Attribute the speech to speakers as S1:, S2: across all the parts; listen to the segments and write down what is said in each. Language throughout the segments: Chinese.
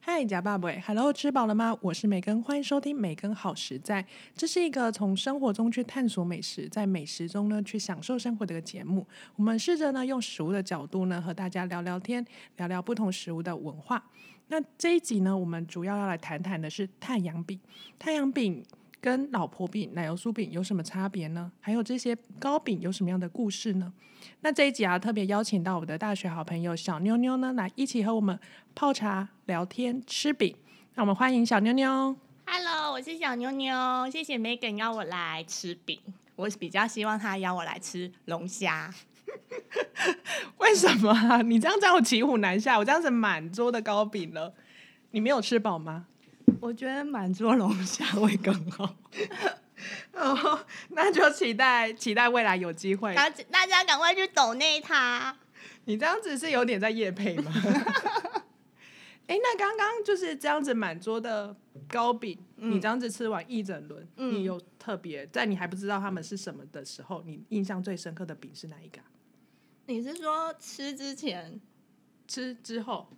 S1: 嗨，假爸爸，Hello，吃饱了吗？我是美根，欢迎收听《美根好实在》，这是一个从生活中去探索美食，在美食中呢去享受生活的一个节目。我们试着呢用食物的角度呢和大家聊聊天，聊聊不同食物的文化。那这一集呢，我们主要要来谈谈的是太阳饼。太阳饼跟老婆饼、奶油酥饼有什么差别呢？还有这些糕饼有什么样的故事呢？那这一集啊，特别邀请到我的大学好朋友小妞妞呢，来一起和我们泡茶、聊天、吃饼。那我们欢迎小妞妞。
S2: Hello，我是小妞妞，谢谢 Megan 邀我来吃饼，我比较希望他邀我来吃龙虾。
S1: 为什么啊？你这样让我骑虎难下，我这样子满桌的糕饼了，你没有吃饱吗？
S2: 我觉得满桌龙虾会更好，
S1: 哦，那就期待期待未来有机会
S2: 大家大家赶快去抖内他。
S1: 你这样子是有点在夜配吗？ 哎、那刚刚就是这样子满桌的糕饼，
S2: 嗯
S1: 你这样子吃完一整轮，
S2: 嗯
S1: 你有特别在你还不知道他们是什么的时候，你印象最深刻的饼是哪一个啊、
S2: 你是说吃之前、
S1: 吃之后，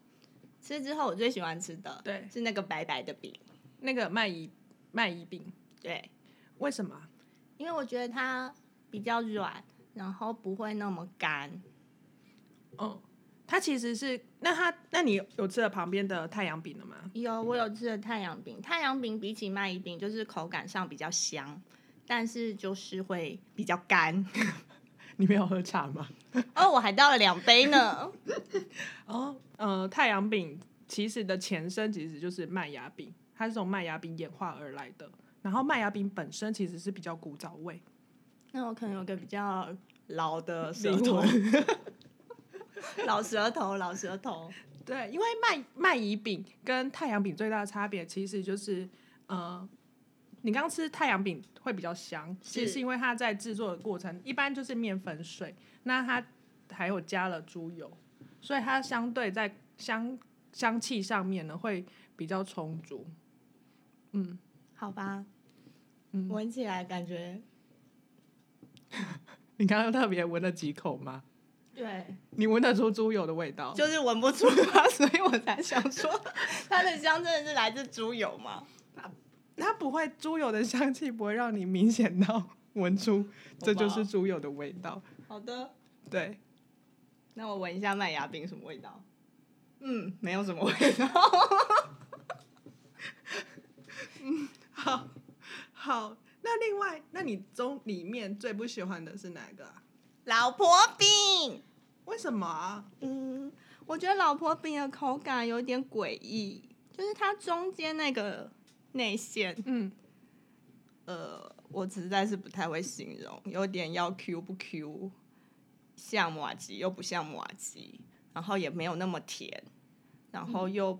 S2: 吃之后我最喜欢吃的，
S1: 对
S2: 是那个白白的饼，
S1: 那个麦一麦一饼，
S2: 对，
S1: 为什么啊？
S2: 因为我觉得它比较软，然后不会那么干。
S1: 嗯，它其实是那它那你有吃了旁边的太阳饼了吗？
S2: 有，我有吃的太阳饼。太阳饼比起麦一饼，就是口感上比较香，但是就是会比较干。
S1: 你没有喝茶吗？
S2: 哦，我还倒了两杯呢。
S1: 哦，呃，太阳饼其实的前身其实就是麦芽饼，它是从麦芽饼演化而来的。然后麦芽饼本身其实是比较古早味，
S2: 那我可能有个比较老的舌
S1: 灵
S2: 头，
S1: 魂
S2: 老舌头，老舌头。
S1: 对，因为麦麦芽饼跟太阳饼最大的差别其实就是，呃，你刚吃太阳饼会比较香，其实
S2: 是
S1: 是因为它在制作的过程一般就是面粉水，那它还有加了猪油，所以它相对在香香气上面呢会比较充足。
S2: 好吧，
S1: 嗯
S2: 闻起来感觉
S1: 你刚刚特别闻了几口吗？
S2: 对，
S1: 你闻得出猪油的味 道？
S2: 就是闻不出它， 所以我才想说，它的香真的是来自猪油吗？
S1: 它不会，猪油的香气不会让你明显到闻出这就是猪油的味道。
S2: 好的，
S1: 对，
S2: 那我闻一下麦芽饼什么味道？嗯，没有什么味道。
S1: 好，好。那另外，那你中里面最不喜欢的是哪个、啊？
S2: 老婆饼，
S1: 为什么啊？
S2: 嗯，我觉得老婆饼的口感有点诡异，就是它中间那个内馅，
S1: 嗯，
S2: 呃，我实在是不太会形容，有点要 Q 不 Q，像马吉又不像马吉，然后也没有那么甜，然后又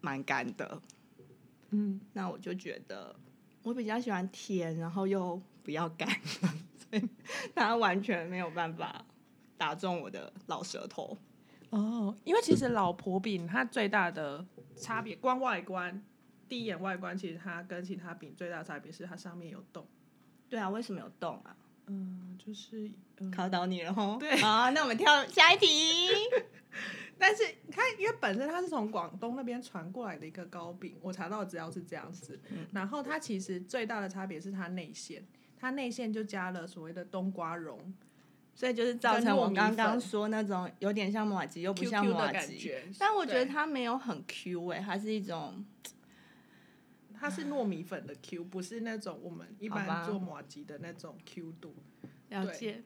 S2: 蛮干的。
S1: 嗯，
S2: 那我就觉得我比较喜欢甜，然后又不要干， 所以它完全没有办法打中我的老舌头。
S1: 哦，因为其实老婆饼它最大的差别，光外观，第一眼外观，其实它跟其他饼最大的差别是它上面有洞。
S2: 对啊，为什么有洞啊？
S1: 嗯、就是嗯
S2: 考倒你了吼！
S1: 对
S2: 好，那我们跳下一题。
S1: 但是它因为本身它是从广东那边传过来的一个糕饼，我查到的资料是这样子。然后它其实最大的差别是它内馅，它内馅就加了所谓的冬瓜蓉
S2: 所以就是造
S1: 跟
S2: 成
S1: 糯
S2: 我
S1: 米
S2: 刚刚
S1: 粉
S2: 说那种有点像马吉又不像
S1: QQ 的
S2: 马
S1: 感
S2: 吉，
S1: 觉。
S2: 但我觉得
S1: 对
S2: 它没有很 Q 哎、它是一种
S1: 它是糯米粉的 Q，不是那种我们一
S2: 好吧
S1: 般做马吉的那种 Q 度。
S2: 了
S1: 对
S2: 解，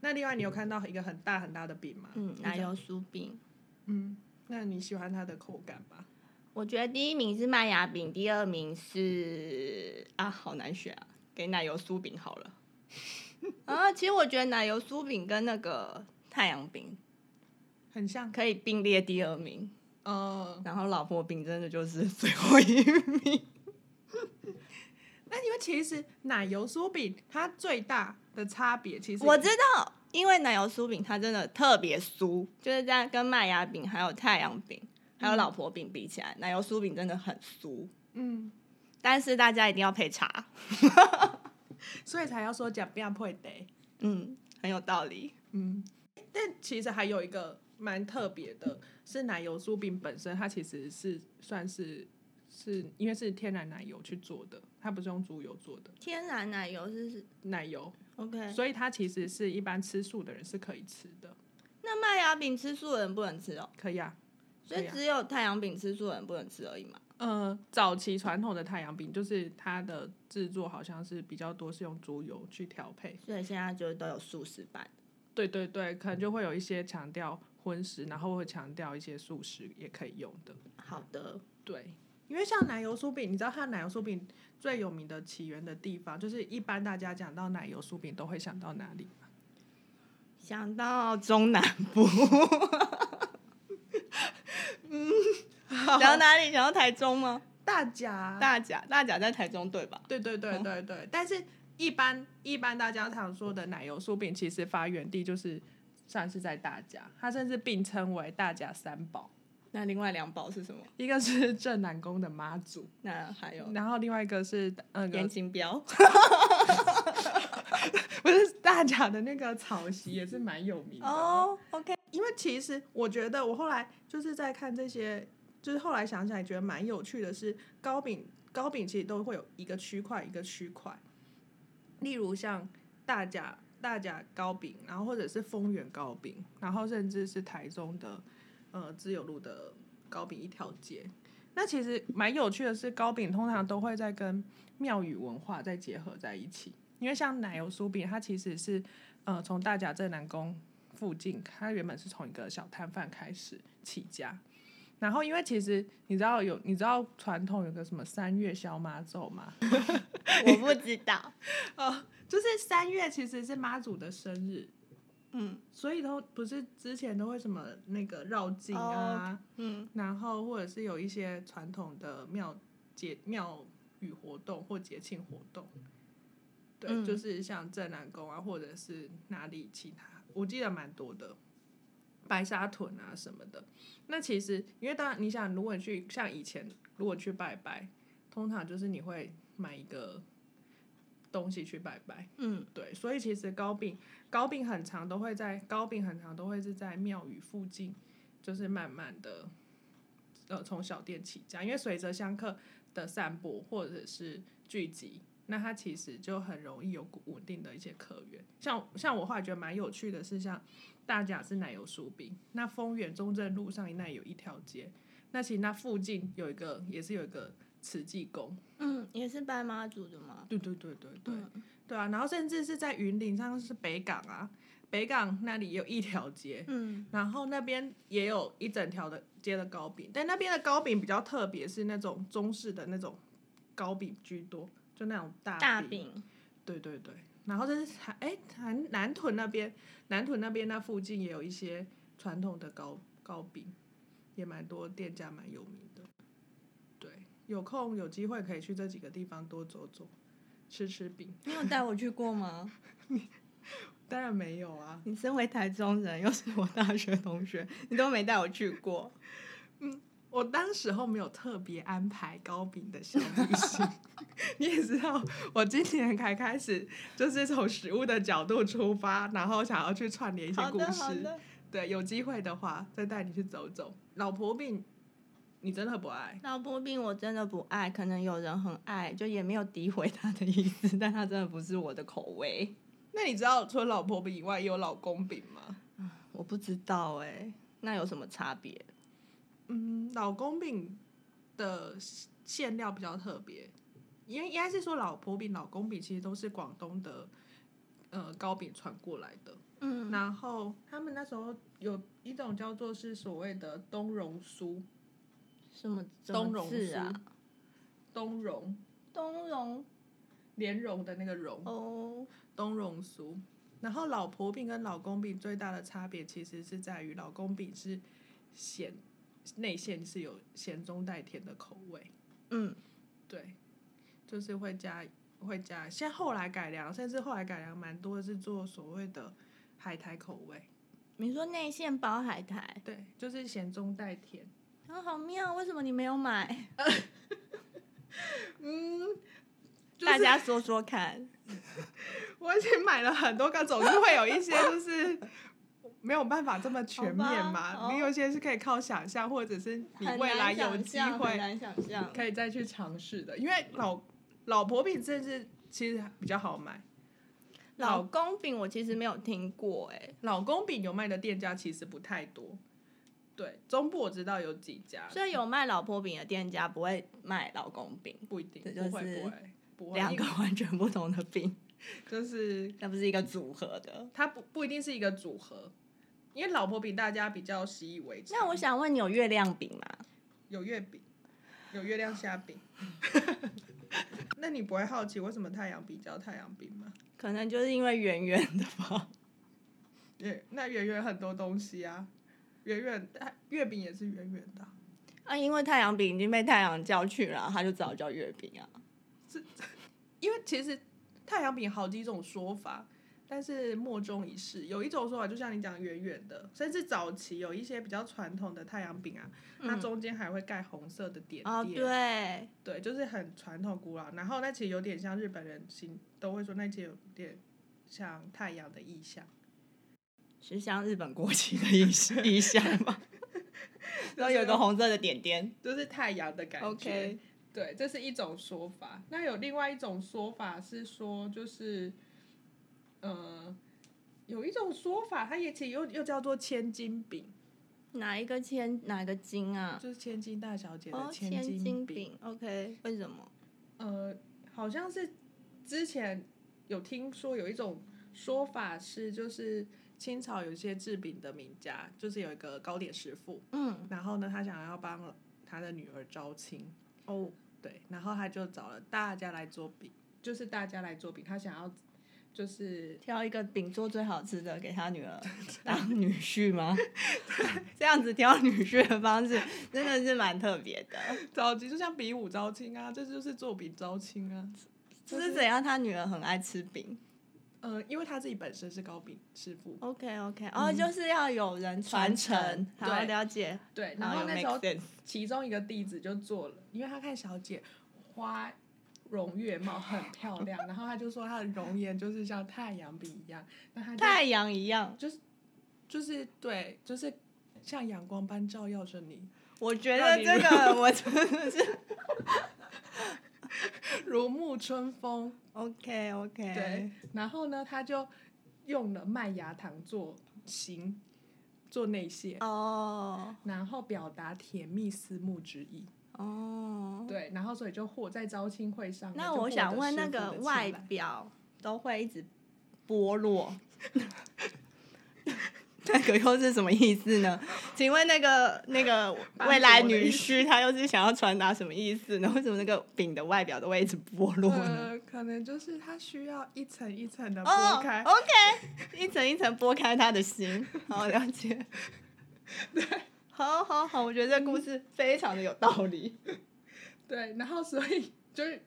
S1: 那另外你有看到一个很大很大的饼吗？
S2: 嗯，
S1: 你
S2: 奶
S1: 想
S2: 油酥饼。
S1: 嗯，那你喜欢它的口感吧？
S2: 我觉得第一名是麦芽饼，第二名是啊，好难选啊，给奶油酥饼好了。 啊，其实我觉得奶油酥饼跟那个太阳饼
S1: 很像，
S2: 可以并列第二名，
S1: 嗯，
S2: 然后老婆饼真的就是最后一名。
S1: 那因为其实奶油酥饼它最大的差别，其实
S2: 我知道，因为奶油酥饼它真的特别酥，就是在跟麦芽饼、还有太阳饼、还有老婆饼比起来，奶油酥饼真的很酥。
S1: 嗯。
S2: 但是大家一定要配茶，
S1: 所以才要说假变配得。
S2: 嗯，很有道理。
S1: 嗯，但其实还有一个蛮特别的，是奶油酥饼本身，它其实是算是是因为是天然奶油去做的，它不是用猪油做的
S2: 天然奶油是
S1: 奶油，
S2: OK。
S1: 所以它其实是一般吃素的人是可以吃的，
S2: 那麦芽饼吃素的人不能吃哦，
S1: 可以啊。
S2: 所以
S1: 对啊
S2: 只有太阳饼吃素的人不能吃而已嘛。
S1: 呃，早期传统的太阳饼就是它的制作好像是比较多是用猪油去调配，
S2: 所以现在就都有素食版。
S1: 对对对，可能就会有一些强调荤食，然后会强调一些素食也可以用的。
S2: 好的，
S1: 对，因为像奶油酥饼，你知道它奶油酥饼最有名的起源的地方，就是一般大家讲到奶油酥饼都会想到哪 里？
S2: 想到中南部， 嗯，想到哪里？想到台中吗？
S1: 大家，
S2: 大甲，大甲在台中对吧？
S1: 对对
S2: 哦
S1: 对对对，但是一般一般大家常说的奶油酥饼，其实发源地就是算是在大家，它甚至并称为大家三宝，
S2: 那另外两宝是什么？
S1: 一个是正南宫的妈祖，
S2: 那还嗯有
S1: 然后另外一个是呃那个
S2: 严金标，
S1: 不是大甲的那个草席也是蛮有名的。
S2: 哦，OK，
S1: 因为其实我觉得我后来就是在看这些，就是后来想起来觉得蛮有趣的是，糕饼糕饼其实都会有一个区块一个区块，例如像大甲大甲糕饼，然后或者是丰原糕饼，然后甚至是台中的呃自由路的糕饼一条街。那其实蛮有趣的是，糕饼通常都会在跟庙宇文化再结合在一起，因为像奶油酥饼，它其实是呃从大甲镇南宫附近，它原本是从一个小摊贩开始起家。然后，因为其实你知道有，你知道传统有个什么三月消妈咒吗？
S2: 我不知道，
S1: 呃，就是三月其实是妈祖的生日，
S2: 嗯
S1: 所以都不是之前都会什么那个绕境啊，
S2: 嗯，
S1: 然后或者是有一些传统的庙节庙宇活动或节庆活动，对，
S2: 嗯
S1: 就是像镇南宫啊，或者是哪里其他，我记得蛮多的，白沙屯啊什么的。那其实因为当然你想，如果你去像以前，如果去拜拜，通常就是你会买一个东西去拜拜，
S2: 嗯，
S1: 对，所以其实糕饼糕饼很长都会在糕饼很长都会是在庙宇附近，就是慢慢的，呃，从小店起家，因为随着香客的散步或者是聚集，那它其实就很容易有固稳定的一些客源。像像我后来觉得蛮有趣的是，像大甲是奶油酥饼，那丰原中正路上那有一条街，那其实那附近有一个也是有一个慈济宫，
S2: 嗯，也是拜妈祖的吗？
S1: 对对对对对。
S2: 嗯
S1: 对啊，然后甚至是在云林，像是北港啊，北港那里有一条街，
S2: 嗯，
S1: 然后那边也有一整条的街的糕饼，但那边的糕饼比较特别，是那种中式的那种糕饼居多，就那种大
S2: 大
S1: 饼。
S2: 饼，
S1: 对对对，然后这是台哎台南屯那边，南屯那边那附近也有一些传统的糕糕饼，也蛮多店家蛮有名的。对，有空有机会可以去这几个地方多走走，吃吃饼。
S2: 你有带我去过吗？
S1: 当然没有啊，
S2: 你身为台中人，又是我大学同学，你都没带我去过。
S1: 我当时候没有特别安排糕饼的小旅行。 你也知道，我今年才开始，就是从食物的角度出发，然后想要去串联一些
S2: 好
S1: 故
S2: 的，好
S1: 事。
S2: 的。
S1: 对，有机会的话再带你去走走。老婆饼，你真的不爱？
S2: 老婆饼我真的不爱，可能有人很爱，就也没有诋毁他的意思，但他真的不是我的口味。
S1: 那你知道除了老婆饼以外，也有老公饼吗？
S2: 我不知道哎、那有什么差别？
S1: 嗯，老公饼的馅料比较特别，因为应该是说老婆饼、老公饼其实都是广东的呃糕饼传过来的。
S2: 嗯，
S1: 然后他们那时候有一种叫做是所谓的冬蓉酥，
S2: 什么怎么
S1: 冬蓉
S2: 字
S1: 酥
S2: 啊？，
S1: 冬蓉
S2: 冬蓉
S1: 莲蓉的那个蓉，
S2: 哦，
S1: 冬蓉酥。然后老婆饼跟老公饼最大的差别其实是在于老公饼是咸，内馅是有咸中带甜的口味，
S2: 嗯，
S1: 对，就是会加会加。现在后来改良，甚至后来改良蛮多的是做所谓的海苔口味，
S2: 你说内馅包海苔，
S1: 对，就是咸中带甜。
S2: 啊，好妙！为什么你没有买？ 嗯
S1: 就是
S2: 大家说说看。
S1: 我已经买了很多个，总是会有一些就是没有办法这么全面
S2: 好吧
S1: 嘛，
S2: 哦
S1: 你有些是可以靠想象，或者是你
S2: 很
S1: 未来
S2: 难
S1: 有
S2: 想
S1: 机
S2: 象，很
S1: 会
S2: 难想象。
S1: 可以再去尝试的。因为老老婆饼这是其实比较好买，
S2: 老公饼我其实没有听过、哎，
S1: 老公饼有卖的店家其实不太多。对，中部我知道有几家，
S2: 所以有卖老婆饼的店家不会卖老公饼，
S1: 不一定，
S2: 这就
S1: 不会
S2: 是
S1: 不会不会，
S2: 两个完全不同的饼，
S1: 就是
S2: 那不是一个组合的。
S1: 它不不一定是一个组合，因为老婆饼大家比较习以为常。
S2: 那我想问你，有月亮饼吗？
S1: 有月饼，有月亮虾 饼。那你不会好奇为什么太阳饼叫太阳饼吗？
S2: 可能就是因为圆圆的吧。
S1: 也那圆圆很多东西啊，圆圆它月饼也是圆圆的啊、
S2: 啊，因为太阳饼已经被太阳叫去了，它就只好叫月饼啊。
S1: 因为其实太阳饼好几种说法，但是莫衷一是。有一种说法就像你讲圆圆的，甚至早期有一些比较传统的太阳饼啊，它中间还会盖红色的点点。
S2: 哦，对，
S1: 对，就是很传统古老。然后那其实有点像日本人心都会说，那其实有点像太阳的意象。
S2: 是像日本国旗的意 思意象吧。然后有个红色的点点。
S1: 就是太阳的感觉。
S2: OK，
S1: 对，这是一种说法。那有另外一种说法是说，就是，呃，有一种说法，它也其实又又叫做千金饼，
S2: 哪一个千哪一个金啊？
S1: 就是千金大小姐
S2: 哦
S1: 的，
S2: 千
S1: 金
S2: 金饼。OK，为什么？
S1: 呃，好像是之前有听说有一种说法是，就是清朝有一些制饼的名家，就是有一个糕点师傅，
S2: 嗯，
S1: 然后呢，他想要帮他的女儿招亲。
S2: 哦，
S1: 对，然后他就找了大家来做饼，就是大家来做饼，他想要 就是
S2: 挑一个饼做最好吃的给他女儿 当女婿吗？ 这样子挑女婿的方式真的是蛮特别 的。
S1: 着急，就像比武招亲啊，这就是做饼招亲啊。
S2: 这是怎样？他女儿很爱吃饼。
S1: 呃，因为他自己本身是糕饼师傅，
S2: OK OK，哦，就是要有人传
S1: 传
S2: 承
S1: 承，
S2: 好
S1: 对
S2: 了解，
S1: 对，然
S2: 好
S1: 后
S2: 有
S1: 那时
S2: make
S1: 候
S2: sense。
S1: 其中一个弟子就做了，因为他看小姐花容月貌很漂亮，然后他就说她的容颜就是像太阳饼一样，那他就
S2: 太阳一样，
S1: 就是对，就是像阳光般照耀着你，
S2: 我觉
S1: 那
S2: 得
S1: 你
S2: 这个我 真的是
S1: 如沐春风。
S2: OK
S1: 对
S2: OK，，
S1: 然后呢，他就用了麦芽糖做形，做内馅，
S2: 哦
S1: 然后表达甜蜜思慕之意。
S2: 哦，
S1: 对，然后所以就获在招亲会上呢。
S2: 那
S1: 就
S2: 我
S1: 获
S2: 想
S1: 得
S2: 问，
S1: 师
S2: 那
S1: 傅
S2: 个
S1: 的青
S2: 外
S1: 睐
S2: 表都会一直剥落， 那个又是什么意思呢？请问那个那个
S1: 斑
S2: 未来
S1: 驳的
S2: 女
S1: 意思
S2: 婿，他又是想要传达什么意思呢？为什么那个饼的外表都会一直剥落呢？
S1: 呃，可能就是它需要一层一层的
S2: 哦
S1: 剥开。
S2: ，OK，一层一层剥开他的心，好了解。 对，好好好，我觉得这故事非常的有道理。
S1: 对，然后所以就是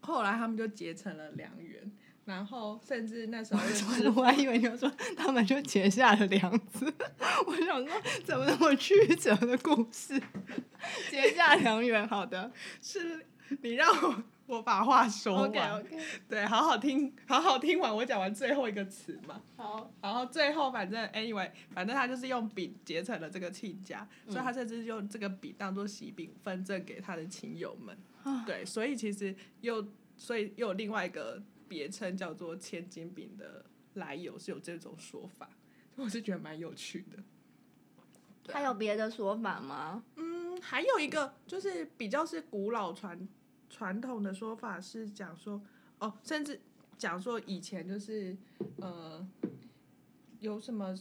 S1: 后来他们就结成了良缘，然后甚至那时候认识
S2: 我还以为你要说他们就结下了梁子， 我想说怎么那么曲折的故事， 结下良缘，好的
S1: 是，你让我我把话说完。
S2: ，OK OK，
S1: 对，好好听，好好听完我讲完最后一个词嘛。
S2: 好，
S1: 然后最后反正 anyway，反正他就是用饼结成了这个亲家，所以他甚至用这个饼当做喜饼分赠给他的亲友们。对，所以其实又所以又有另外一个别称叫做千金饼的来由是有这种说法，我是觉得蛮有趣的。对
S2: 还有别的说法吗？
S1: 嗯，还有一个就是比较是古老传传统的说法是讲说，哦，甚至讲说以前就是呃，有什么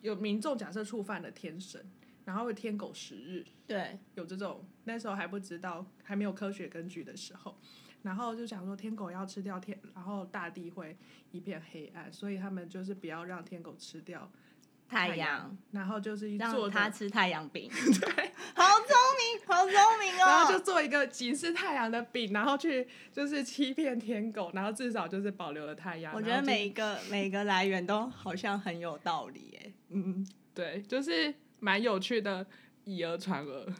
S1: 有民众假设触犯了天神，然后会天狗食日，
S2: 对，
S1: 有这种那时候还不知道还没有科学根据的时候，然后就想说天狗要吃掉天，然后大地会一片黑暗，所以他们就是不要让天狗吃掉，
S2: 太阳，
S1: 然后就是
S2: 让
S1: 做
S2: 他
S1: 的
S2: 吃太阳 饼，
S1: 对。
S2: 好聪明，好聪明
S1: 然后就
S2: 哦，
S1: 做一个警示太阳的饼，然后去就是欺骗天狗，然后至少就是保留了太阳。
S2: 我觉
S1: 然
S2: 得
S1: 后就
S2: 每一个每一个来源都好像很有道理耶，嗯，
S1: 对，就是蛮有趣的，以讹传讹，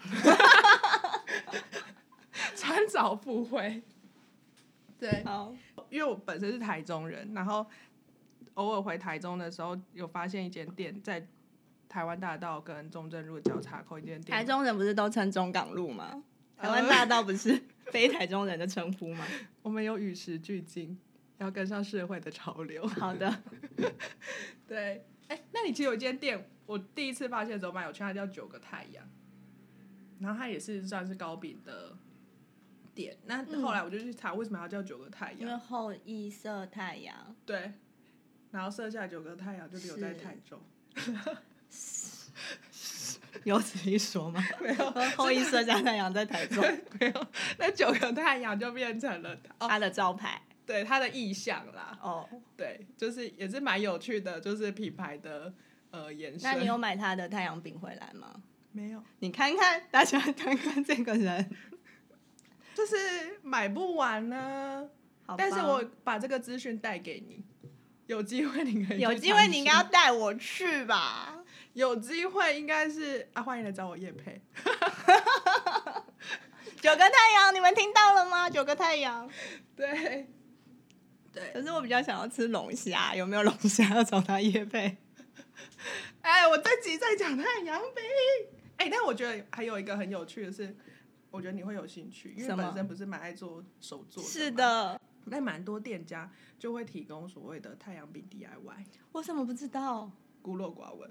S1: 穿凿附会。对，
S2: 好，
S1: 因为我本身是台中人，然后偶尔回台中的时候，有发现一间店在台湾大道跟中正路交叉口一间
S2: 台
S1: 店，
S2: 中人不是都称中港路吗？台湾大道不是 非台中人的称呼 吗？
S1: 我们有与时俱进，要跟上社会的潮流。
S2: 好的，
S1: 对，哎、那你其实有一间店，我第一次发现的时候蛮有趣，它叫九个太阳，然后它也是算是糕饼的店。那
S2: 嗯
S1: 后来我就去查为什么它叫九个太
S2: 因
S1: 阳，
S2: 为后羿射太阳，
S1: 对，然后剩下九个太阳就留在
S2: 是
S1: 台中，
S2: 有此一说吗？ 没有，后羿射加太阳在台 中，
S1: 那九个太阳就变成了它哦，
S2: 他的招牌
S1: 对，它的意象啦，
S2: 哦。
S1: 对，就是也是蛮有趣的，就是品牌的呃延伸。
S2: 那你有买他的太阳饼回来吗？
S1: 没有？
S2: 你看看，大家看看这个人，
S1: 就是买不完呢、
S2: 好吧
S1: 但是我把这个资讯带给你，有机会你可以去
S2: 有机会你应该要
S1: 尝试
S2: 带我去 吧。
S1: 有机会应该是啊，欢迎来找我叶 佩，
S2: 九个太阳，你们听到了吗？九个太阳。
S1: 对对，
S2: 可是我比较想要吃龙虾，有没有龙虾要找他夜配？
S1: 哎，我这集在讲太阳饼，哎，但我觉得还有一个很有趣的是，我觉得你会有兴趣，因为
S2: 什么
S1: 本身不是蛮爱做手做的，
S2: 是，的，
S1: 那蛮多店家就会提供所谓的太阳饼 DIY，
S2: 我怎么不知道？
S1: 孤陋寡闻。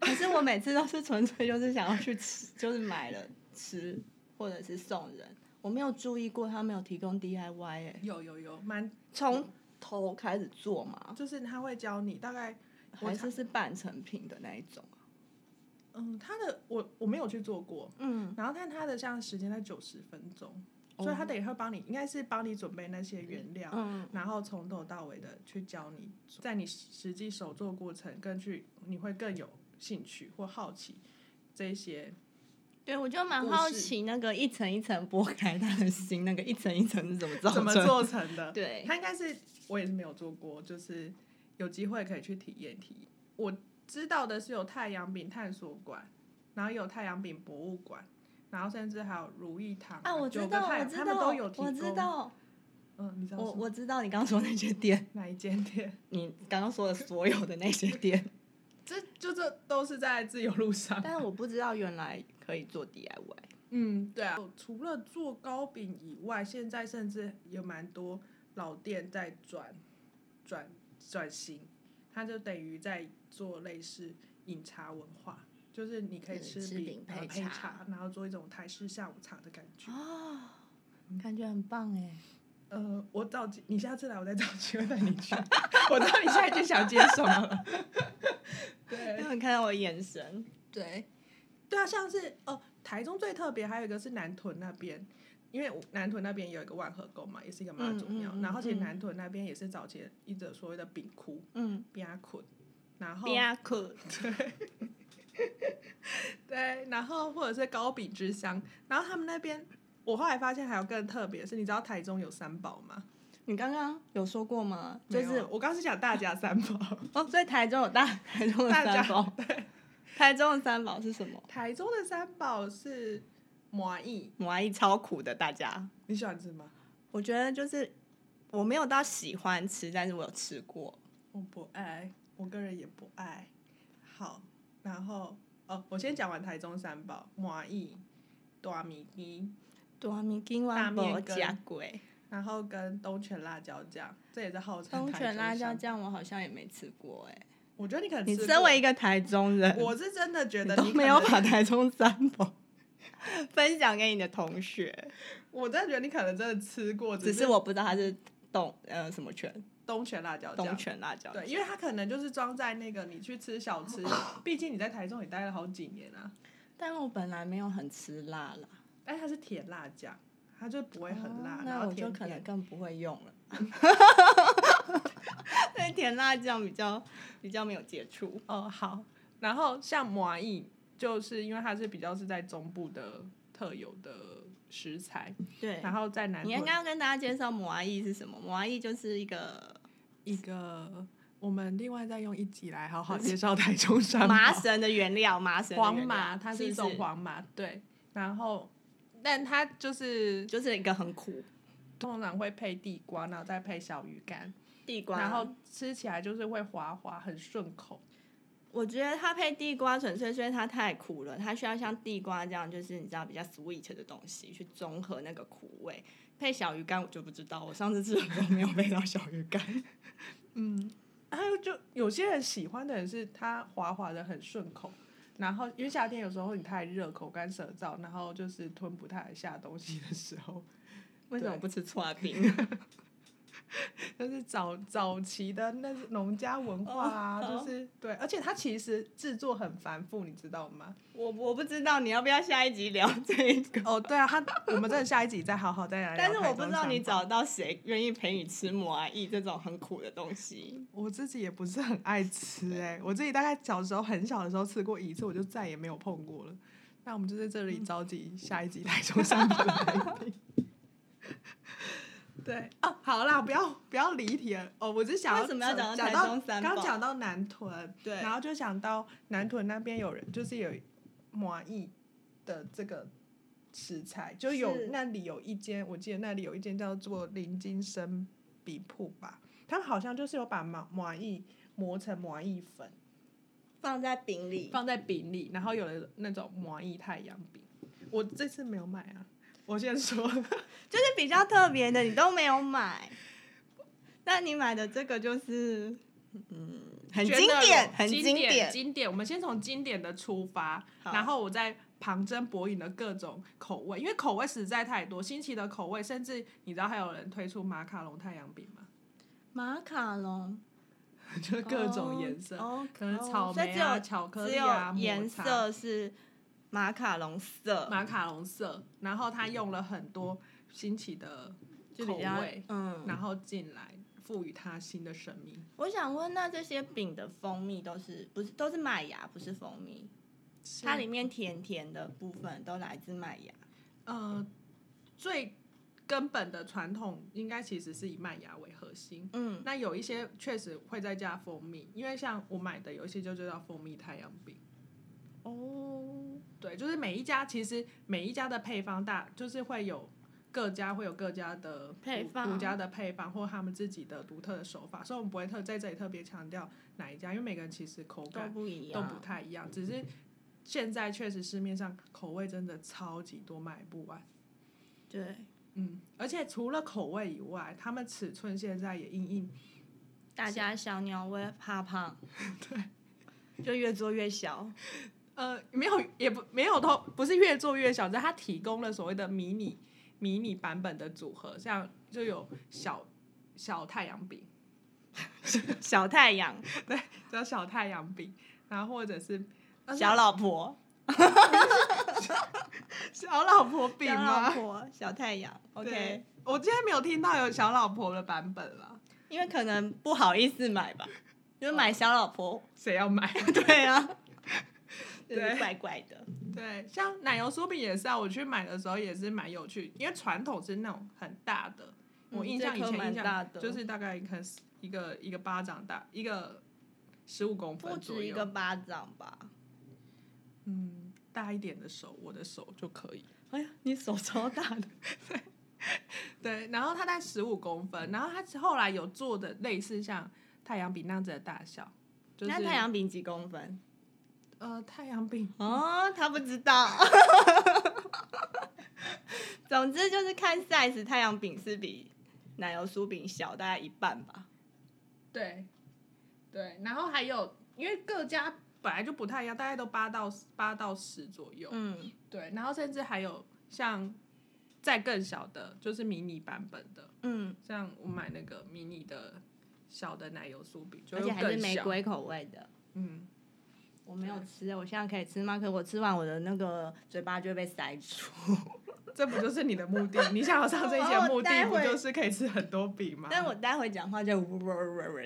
S2: 可是我每次都是纯粹就是想要去吃，就是买了吃或者是送人，我没有注意过他没有提供 DIY 哎、
S1: 有有有，蛮
S2: 从头开始做嘛，
S1: 就是他会教你大概，我
S2: 还是是半成品的那一种？
S1: 嗯，他的我我没有去做过，
S2: 嗯，
S1: 然后但它的像时间在九十分钟，
S2: 哦
S1: 所以它等于会帮你，应该是帮你准备那些原料，
S2: 嗯
S1: 然后从头到尾的去教你，在你实际手做过程更去，你会更有兴趣或好奇这些。
S2: 对，我就蛮
S1: 故
S2: 好
S1: 事
S2: 奇那个一层一层剥开它的心，那个一层一层是怎么造
S1: 怎么
S2: 成
S1: 做成的？
S2: 对
S1: 它应该是我也是没有做过，就是有机会可以去体验体验。我知道的是有太阳饼探索馆，然后有太阳饼博物馆，然后甚至还有如意堂
S2: 啊，我
S1: 九
S2: 知
S1: 个
S2: 道，
S1: 太
S2: 我
S1: 阳
S2: 知
S1: 他
S2: 道，
S1: 们都有提供。
S2: 我知道，
S1: 嗯，你知道
S2: 我
S1: 什么
S2: 我知道你刚刚说那些店，
S1: 哪一间店？
S2: 你刚刚说的所有的那些店，
S1: 这就这都是在自由路上。
S2: 但是我不知道原来可以做 DIY。
S1: 嗯，对啊。除了做糕饼以外，现在甚至有蛮多老店在转转转型，它就等于在做类似饮茶文化，就是你可以
S2: 嗯
S1: 吃
S2: 吃饼
S1: 然后
S2: 配
S1: 配
S2: 茶
S1: 茶，然后做一种台式下午茶的感觉。
S2: 哦，感觉很棒哎！
S1: 呃，我找机你下次来，我再找机会带你去。 我知道你现在就想接什么 了。对
S2: 因为你看到我的眼神，
S1: 对，对啊，像是哦，台中最特别还有一个是南屯那边，因为南屯那边有一个万和宫嘛，也是一个妈祖庙，
S2: 嗯嗯嗯
S1: 然后其实
S2: 嗯
S1: 南屯那边也是早期一直有所谓的饼窟、
S2: 嗯，
S1: 饼捆，然后
S2: 比亚克，
S1: 对，然后或者是糕饼之乡，然后他们那边。我后来发现还有更特别的是，你知道台中有三宝吗？
S2: 你刚刚有说过吗？就
S1: 没
S2: 是
S1: 有啊我刚是讲大家 三宝，
S2: 哦，所以台中有大台中的
S1: 大家
S2: 三宝，台中的三宝是什么？
S1: 台中的三宝是麻糬，
S2: 我阿姨超苦的，大家，
S1: 你喜欢吃吗？
S2: 我觉得就是我没有到喜欢吃，但是我有吃过。
S1: 我不爱，我个人也不爱。好，然后哦，我先讲完台中三宝：麻糬、大米鸡，
S2: 大啊米金
S1: 大
S2: 碗
S1: 面
S2: 无
S1: 羹
S2: 加贵，
S1: 然后跟东泉辣椒酱，这也是号称
S2: 东
S1: 台
S2: 泉
S1: 中
S2: 辣椒
S1: 三。
S2: 酱我好像也没吃过哎、
S1: 我觉得你可能
S2: 你
S1: 吃
S2: 身
S1: 过
S2: 为一个台中人，
S1: 我是真的觉
S2: 你
S1: 得
S2: 都
S1: 你可
S2: 没有
S1: 能，
S2: 把台中三宝 分享给你的同学，
S1: 我真的觉得你可能真的吃过，
S2: 只
S1: 是
S2: 是我不知道它是东呃什么泉，
S1: 东泉辣椒
S2: 东
S1: 酱。
S2: 泉辣椒。
S1: 对，因为它可能就是装在那个你去吃小吃，毕竟你在台中也待了好几年啊。
S2: 但我本来没有很吃辣啦，
S1: 但它是甜辣酱，它就不会很辣，
S2: 哦
S1: 然
S2: 那
S1: 后
S2: 我就
S1: 甜
S2: 可
S1: 甜
S2: 能更不会用 了。对甜辣酱比较比较没有接触，
S1: 哦，好。然后像麻糬，就是因为它是比较是在中部的特有的食材，
S2: 对
S1: 然后在南
S2: 你应
S1: 屯
S2: 该要跟大家介绍摩阿意是什么？摩阿意就是一个
S1: 一个，我们另外再用一集来 好好介绍台中山
S2: 麻
S1: 毛
S2: 绳的原料，麻绳的原
S1: 黄
S2: 料
S1: 麻，它是一种，黄麻，对。然后，但它就是
S2: 不就是一个很苦。
S1: 通常会配地瓜，然后再配小鱼干。
S2: 地瓜，
S1: 然后吃起来就是会滑滑，很顺口。
S2: 我觉得它配地瓜纯粹是因为它太苦了，它需要像地瓜这样，就是你知道比较 sweet 的东西去综合那个苦味。配小鱼干我就不知道，我上次吃的时候没有配到小鱼干。
S1: 还有就有些人喜欢的人是它滑滑的很顺口，然后因为夏天有时候你太热，口干舌燥，然后就是吞不太下东西的时候，
S2: 为什么不啊吃搓冰？
S1: 但是早早期的那是农家文化啊，
S2: 哦好
S1: 就是对，而且它其实制作很繁复，你知道 吗？
S2: 我我不知道你要不要下一集聊这个，
S1: 哦，对啊，它我们真的下一集再好好再来聊
S2: 但
S1: 台
S2: 是
S1: 中餐吧。
S2: 我不知道你找到谁愿意陪你吃摩阿意这种很苦的东西。
S1: 我自己也不是很爱吃哎、我自己大概小时候很小的时候吃过一次，我就再也没有碰过了。那我们就在这里
S2: 嗯
S1: 召集下一集台中山的来宾。对哦，好啦，不要不要离题了哦，我只想要
S2: 为什么要讲到
S1: 讲
S2: 台
S1: 到
S2: 中三
S1: 刚
S2: 宝
S1: 讲到南屯，
S2: 对
S1: 然后就想到南屯那边有人就是有麻意的这个食材，就是有那里有一间，我记得那里有一间叫做林金生比铺吧，他们好像就是有把麻麻意磨成麻意粉，
S2: 放在饼里，
S1: 放在饼里，然后有了那种麻意太阳饼，我这次没有买啊，我先说，
S2: 就是比较特别的，你都没有买。那你买的这个就是，嗯，很经典，很
S1: 经典，
S2: 典。
S1: 经典。我们先从经典的出发，
S2: 好
S1: 然后我再旁征博引的各种口味，因为口味实在太多，新奇的口味，甚至你知道还有人推出马卡龙太阳饼吗？
S2: 马卡龙
S1: 就是 各种颜色，
S2: 哦，
S1: 可能
S2: 哦
S1: 草莓
S2: 所以只
S1: 啊、
S2: 有
S1: 巧克
S2: 只
S1: 力啊、
S2: 有
S1: 抹
S2: 颜
S1: 茶
S2: 色是马卡龙色，
S1: 马卡龙色，然后他用了很多新奇的
S2: 就
S1: 口
S2: 比较
S1: 味，
S2: 嗯。
S1: 然后进来赋予它新的生命，
S2: 我想问，那这些饼的蜂蜜都是不是都是麦芽，不是蜂蜜？它里面甜甜的部分都来自麦芽。
S1: 呃，最根本的传统应该其实是以麦芽为核心。
S2: 嗯，
S1: 那有一些确实会再加蜂蜜，因为像我买的有一些就叫蜂蜜太阳饼。
S2: 哦，
S1: 对，就是每一家其实每一家的配方大，就是会有各家会有各家的
S2: 配
S1: 独
S2: 方
S1: 独家的配方或他们自己的独特的手法，所以我们不会特在这里特别强调哪一家，因为每个人其实口
S2: 都
S1: 感
S2: 不一
S1: 都
S2: 样，
S1: 不太一样，只是现在确实市面上口味真的超级多，买不完。
S2: 对，
S1: 嗯，而且除了口味以外，他们尺寸现在也硬硬，
S2: 大家小鸟胃怕胖，嗯 对，就越做越小。
S1: 呃，没有也不没有都不是越做越小，只是它提供了所谓的迷你迷你版本的组合，像就有小小太阳饼，
S2: 小太阳，
S1: 叫小太阳饼，然后或者是呃
S2: 小老婆，
S1: 小老婆饼
S2: 小老
S1: 吗
S2: 婆，小太阳。
S1: 对
S2: OK，
S1: 我今天没有听到有小老婆的版本了，
S2: 因为可能不好意思买吧，就买小老 婆。
S1: 谁要买？
S2: 对啊， 就是
S1: 对
S2: 怪怪的。
S1: 对，像奶油酥饼也是啊，我去买的时候也是蛮有趣，因为传统是那种很大的，我
S2: 嗯
S1: 印
S2: 这
S1: 象以
S2: 颗
S1: 前
S2: 蛮
S1: 印
S2: 大
S1: 象
S2: 的
S1: 就是大概可能是一个一个巴掌大，一个十五公
S2: 不
S1: 分左
S2: 止一
S1: 右，
S2: 个巴掌吧？
S1: 嗯，大一点的手，我的手就可以。
S2: 哎呀，你手超大的，
S1: 对，然后它在十五公分，然后它后来有做的类似像太阳饼那样子的大小，就是
S2: 那太阳饼几公分？
S1: 呃太阳 饼
S2: 哦，他不知道。 总之就是看 size，太阳饼是比奶油酥饼小大概一半吧。
S1: 对，对，然后还有，因为各家本来就不太一样，大概都八到八到十左右，
S2: 嗯，
S1: 对，然后甚至还有像再更小的，就是迷你版本的，
S2: 嗯，
S1: 像我买那个迷你的小的奶油酥饼，就
S2: 而且
S1: 又
S2: 还是
S1: 更
S2: 玫
S1: 小，
S2: 瑰口味的。
S1: 嗯，
S2: 我没有吃，我现在可以吃吗？可我吃完我的那个嘴巴就会被塞住。
S1: 这不就是你的目的？你想要上这一节目
S2: 哦我待
S1: 的，不
S2: 会
S1: 就是可以吃很多饼吗？
S2: 但我待会讲话就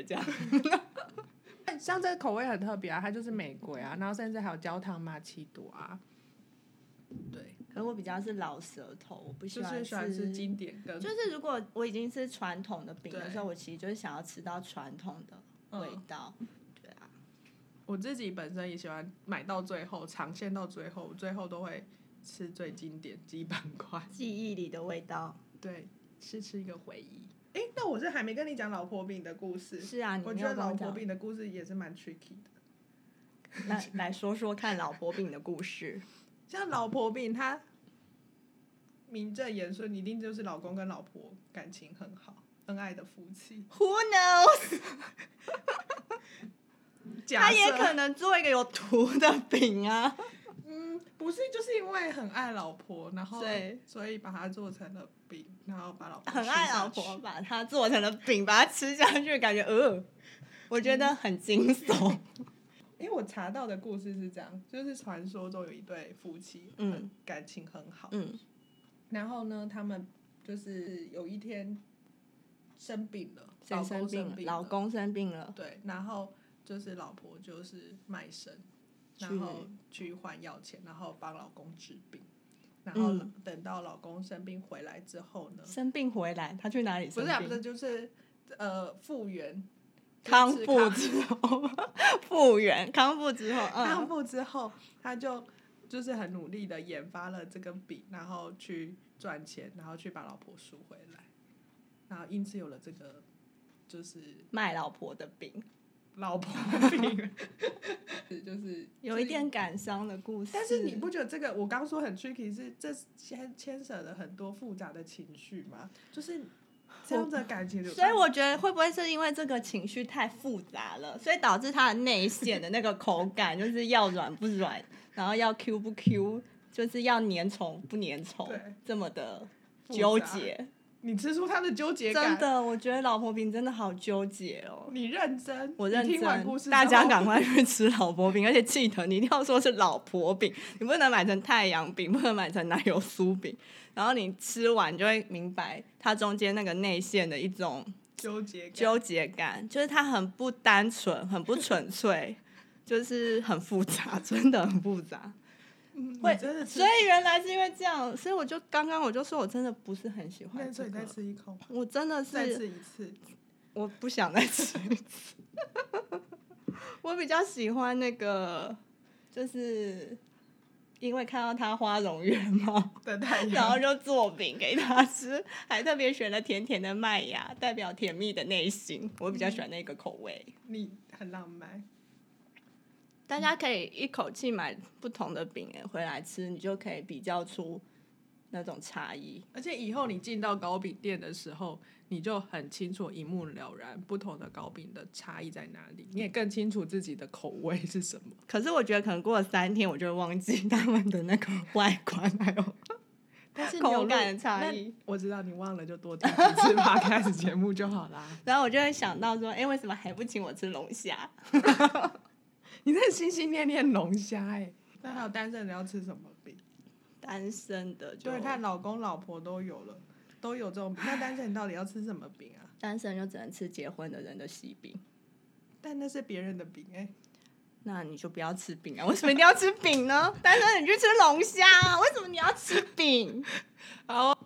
S2: 这样。
S1: 像这个口味很特别啊，它就是玫瑰啊，然后甚至还有焦糖玛奇朵啊，对，
S2: 可我比较是老舌头，我不喜
S1: 就
S2: 欢
S1: 是
S2: 吃。
S1: 喜欢吃经典跟
S2: 就是如果我已经是传统的饼的
S1: 对嗯
S2: 时候，我其实就是想要吃到传统的味道。对啊，
S1: 我自己本身也喜欢买到最后，长线到最后，最后都会吃最经典基本款。
S2: 记忆里的味道。
S1: 对，是吃一个回忆。哎，那我是还没跟你讲老婆饼的故事。
S2: 是啊，你
S1: 我
S2: 没
S1: 觉
S2: 有
S1: 得
S2: 跟
S1: 老
S2: 我
S1: 婆
S2: 讲。
S1: 饼的故事也是蛮 tricky 的。
S2: 来来说说看老婆饼的故事。
S1: 像老婆饼，她名正言顺，一定就是老公跟老婆感情很好，恩爱的夫妻。
S2: Who knows？
S1: 假
S2: 他也
S1: 设
S2: 可能做一个有图的饼啊。
S1: 嗯，不是，就是因为很爱老婆，然后
S2: 对
S1: 所以把它做成了饼，然后把老婆
S2: 很
S1: 吃
S2: 爱
S1: 下
S2: 老婆，
S1: 去。
S2: 把它做成了饼，把它吃下去，感觉呃，我觉得很惊悚。
S1: 因为我查到的故事是这样，就是传说中有一对夫妻，
S2: 嗯
S1: 嗯，感情很好，
S2: 嗯
S1: 然后呢，他们就是有一天生病了，
S2: 谁
S1: 老
S2: 生
S1: 公
S2: 病
S1: 生
S2: 了？
S1: 病，
S2: 老公生病了，
S1: 对，然后就是老婆就是卖身，然
S2: 去
S1: 后去换药钱，然后帮老公治病，然后
S2: 嗯
S1: 等到老公生病回来之后呢，
S2: 生病回来，他去哪里
S1: 不
S2: 生
S1: 是、啊、不
S2: 病？
S1: 是就是呃复原
S2: 康
S1: 就是啊
S2: 复之后，
S1: 嗯
S2: 复原康复之后，
S1: 康
S2: 嗯，
S1: 复之后，他就就是很努力的研发了这根笔，然后去赚钱，然后去把老婆赎回来，然后因此有了这个就是
S2: 卖老婆的饼，
S1: 老婆病， 是就是
S2: 有一。点感伤的故事。
S1: 但是你不觉得这个我刚说很 tricky 是这牵牵扯了很多复杂的情绪吗？就是这样子的感情，
S2: 所以我觉得会不会是因为这个情绪太复杂了，所以导致它的内馅的那个口感就是要软不软，然后要 Q 不 Q，就是要粘稠不粘稠
S1: 对，
S2: 这么的
S1: 复杂
S2: 纠结。
S1: 你吃出他的纠结
S2: 真
S1: 感，
S2: 的，我觉得老婆饼真的好纠结哦。
S1: 你认真，
S2: 我
S1: 你
S2: 认
S1: 听完故
S2: 真，
S1: 事，
S2: 大家。赶快去吃老婆饼，而且记得你一定要说是老婆饼，你不能买成太阳饼，不能买成奶油酥饼。然后你吃完就会明白它中间那个内馅的一种
S1: 纠结感，
S2: 纠结感，就是它很不单纯，很不纯粹，就是很复杂，真的很复杂。
S1: 嗯
S2: 会
S1: 你真的吃
S2: 所以原来是因为这样，所以我就刚刚我就说我真的不是很喜
S1: 那
S2: 欢
S1: 所
S2: 这
S1: 以再
S2: 个，
S1: 吃一口，
S2: 我真的
S1: 再
S2: 是
S1: 吃一 次。
S2: 我不想再吃一次。我比较喜欢那个，就是因为看到他花容月貌，
S1: 的太
S2: 然后
S1: 阳，
S2: 就做饼给他吃，还特别选了甜甜的麦芽，代表甜蜜的内心。我比较喜欢那个口味。
S1: 你很浪漫。
S2: 大家可以一口气买不同的饼哎回来吃，你就可以比较出那种差异。
S1: 而且以后你进到糕饼店的时候，你就很清楚、一目了然不同的糕饼的差异在哪里，你也更清楚自己的口味是什么。
S2: 可是我觉得可能过了三天，我就会忘记他们的那个外观还有
S1: 但是你有
S2: 口
S1: 录
S2: 感的差异。，
S1: 那我知道你忘了就多听几次 吧，开始节目就好啦。
S2: 然后我就会想到说，哎、为什么还不请我吃龙虾？
S1: 你在心心念念龙虾哎，那还有单身人要吃什么饼？
S2: 单身的就
S1: 对，看老公老婆都有了，都有这种饼。那单身人到底要吃什么饼啊？
S2: 单身就只能吃结婚的人的喜饼。
S1: 但那是别人的饼哎、
S2: 那你就不要吃饼啊！为什么一定要吃饼呢？单身你去吃龙虾啊，为什么你要吃饼？
S1: 好
S2: 哦，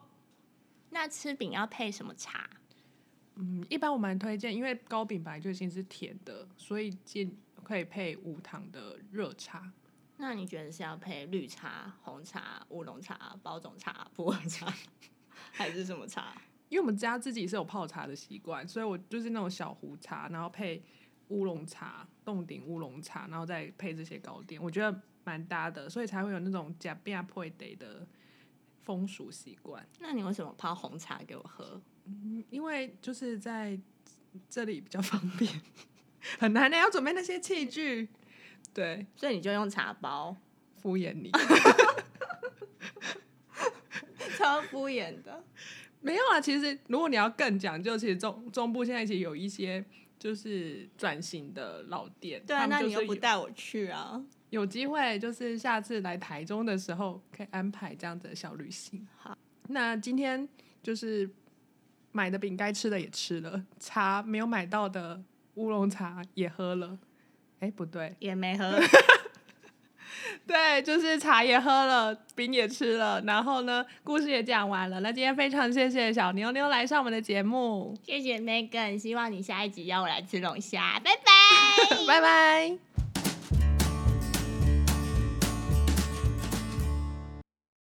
S2: 那吃饼要配什么茶？
S1: 嗯，一般我蛮推荐，因为糕饼本来就已经是甜的，所以建可以配无糖的热茶。
S2: 那你觉得是要配绿茶、红茶、乌龙茶、包种茶、 普洱茶，还是什么茶？
S1: 因为我们家自己是有泡茶的习惯，所以我就是那种小壶茶，然后配乌龙茶、冻顶乌龙茶，然后再配这些糕点，我觉得蛮搭的，所以才会有那种假变配得的风俗习惯。
S2: 那你为什么泡红茶给我喝？
S1: 嗯因为就是在这里比较方便， 很难的，要准备那些器具。对，
S2: 所以你就用茶包，
S1: 敷衍你。
S2: 超敷衍的。
S1: 没有啊，其实如果你要更讲究，其实中中部现在其实有一些就是转型的老店，
S2: 对啊，
S1: 他
S2: 那
S1: 们
S2: 你
S1: 就是
S2: 又不带我去啊？
S1: 有有机会，就是下次来台中的时候可以安排这样子的小旅行。
S2: 好，
S1: 那今天就是买的饼该吃的也吃了，茶没有买到的乌龙茶也喝了，哎不对，
S2: 也没 喝。
S1: 对，就是茶也喝了，饼也吃了，然后呢，故事也讲完了。那今天非常谢谢小妞妞来上我们的节目，
S2: 谢谢 Megan，希望你下一集邀我来吃龙虾，拜拜。
S1: 拜拜。